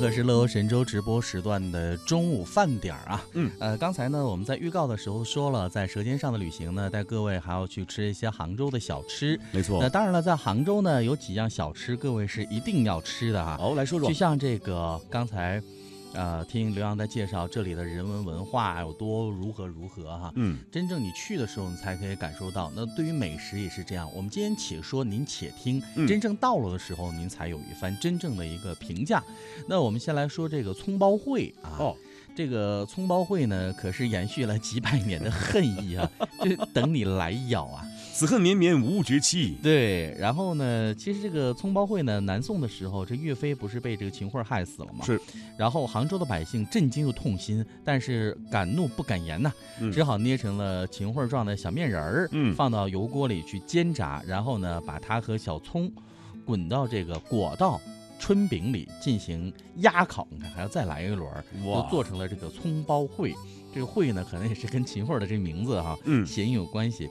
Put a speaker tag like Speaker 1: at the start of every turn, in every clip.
Speaker 1: 刻是乐游神州直播时段的中午饭点儿啊。
Speaker 2: 嗯，
Speaker 1: 呃，刚才呢，我们在预告的时候说了，在《舌尖上的旅行》呢，带各位还要去吃一些杭州的小吃。
Speaker 2: 没错啊
Speaker 1: 那。当然了，在杭州呢，有几样小吃各位是一定要吃的哈、
Speaker 2: 好，来说说
Speaker 1: 就。像这个刚才，呃，听刘洋在介绍这里的人文文化有多如何如何哈、
Speaker 2: 嗯，
Speaker 1: 真正你去的时候，你才可以感受到。那对于美食也是这样。我们今天且说，您且听，
Speaker 2: 嗯
Speaker 1: 真正到了的时候，您才有一番真正的一个评价。那我们先来说这个葱包烩啊，
Speaker 2: 哦，
Speaker 1: 这个葱包烩呢，可是延续了几百年的恨意 啊，就等你来咬啊。
Speaker 2: 此恨绵绵无绝期。
Speaker 1: 对，然后呢，其实这个葱包烩呢，南宋的时候，这岳飞不是被这个秦桧害死了吗？
Speaker 2: 是。
Speaker 1: 然后杭州的百姓震惊又痛心，但是敢怒不敢言呐、
Speaker 2: 嗯
Speaker 1: 只好捏成了秦桧状的小面人儿，
Speaker 2: 嗯
Speaker 1: 放到油锅里去煎炸，然后呢，把它和小葱滚到这个裹到春饼里进行压烤，你看还要再来一轮儿，就做成了这个葱包烩。这个烩呢，可能也是跟秦桧的这名字哈、
Speaker 2: 嗯，
Speaker 1: 谐音有关系。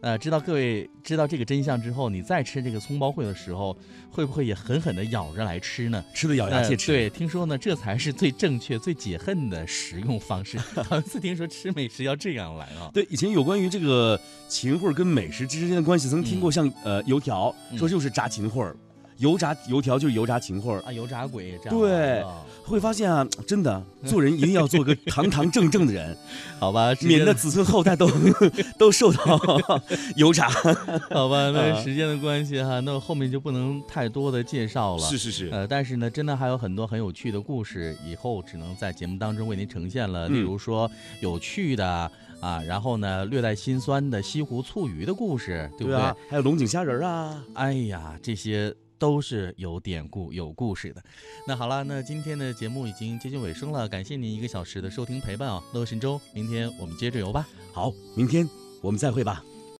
Speaker 1: 呃，知道各位知道这个真相之后，你再吃这个葱包烩的时候，会不会也狠狠地咬着来吃呢？
Speaker 2: 吃的咬牙切齿。
Speaker 1: 呃。对，听说呢，这才是最正确、最解恨的食用方式。 头一次听说吃美食要这样来啊。
Speaker 2: 对，以前有关于这个秦桧跟美食之间的关系，曾听过像、呃油条，
Speaker 1: 嗯
Speaker 2: 说就是炸秦桧儿，油炸油条就是油炸秦桧儿。
Speaker 1: 啊，油炸鬼也这样。
Speaker 2: 对
Speaker 1: 啊
Speaker 2: 会发现啊，真的做人一定要做个堂堂正正的 人，
Speaker 1: 好吧，时间
Speaker 2: 免得子孙后代都 都受到油炸。
Speaker 1: 好 吧，那
Speaker 2: 啊
Speaker 1: 时间的关系哈，那后面就不能太多的介绍了。
Speaker 2: 是是，
Speaker 1: 呃，但是呢，真的还有很多很有趣的故事，以后只能在节目当中为您呈现了。例
Speaker 2: 嗯
Speaker 1: 如说有趣的啊，然后呢略带心酸的西湖醋鱼的故事，对不
Speaker 2: 对啊，还有龙井虾仁儿啊，
Speaker 1: 哎呀，这些都是有典故、有故事的。那好了，那今天的节目已经接近尾声了，感谢您一个哦小时的收听陪伴啊、乐游神州，明天我们接着游吧。
Speaker 2: 好，明天我们再会吧。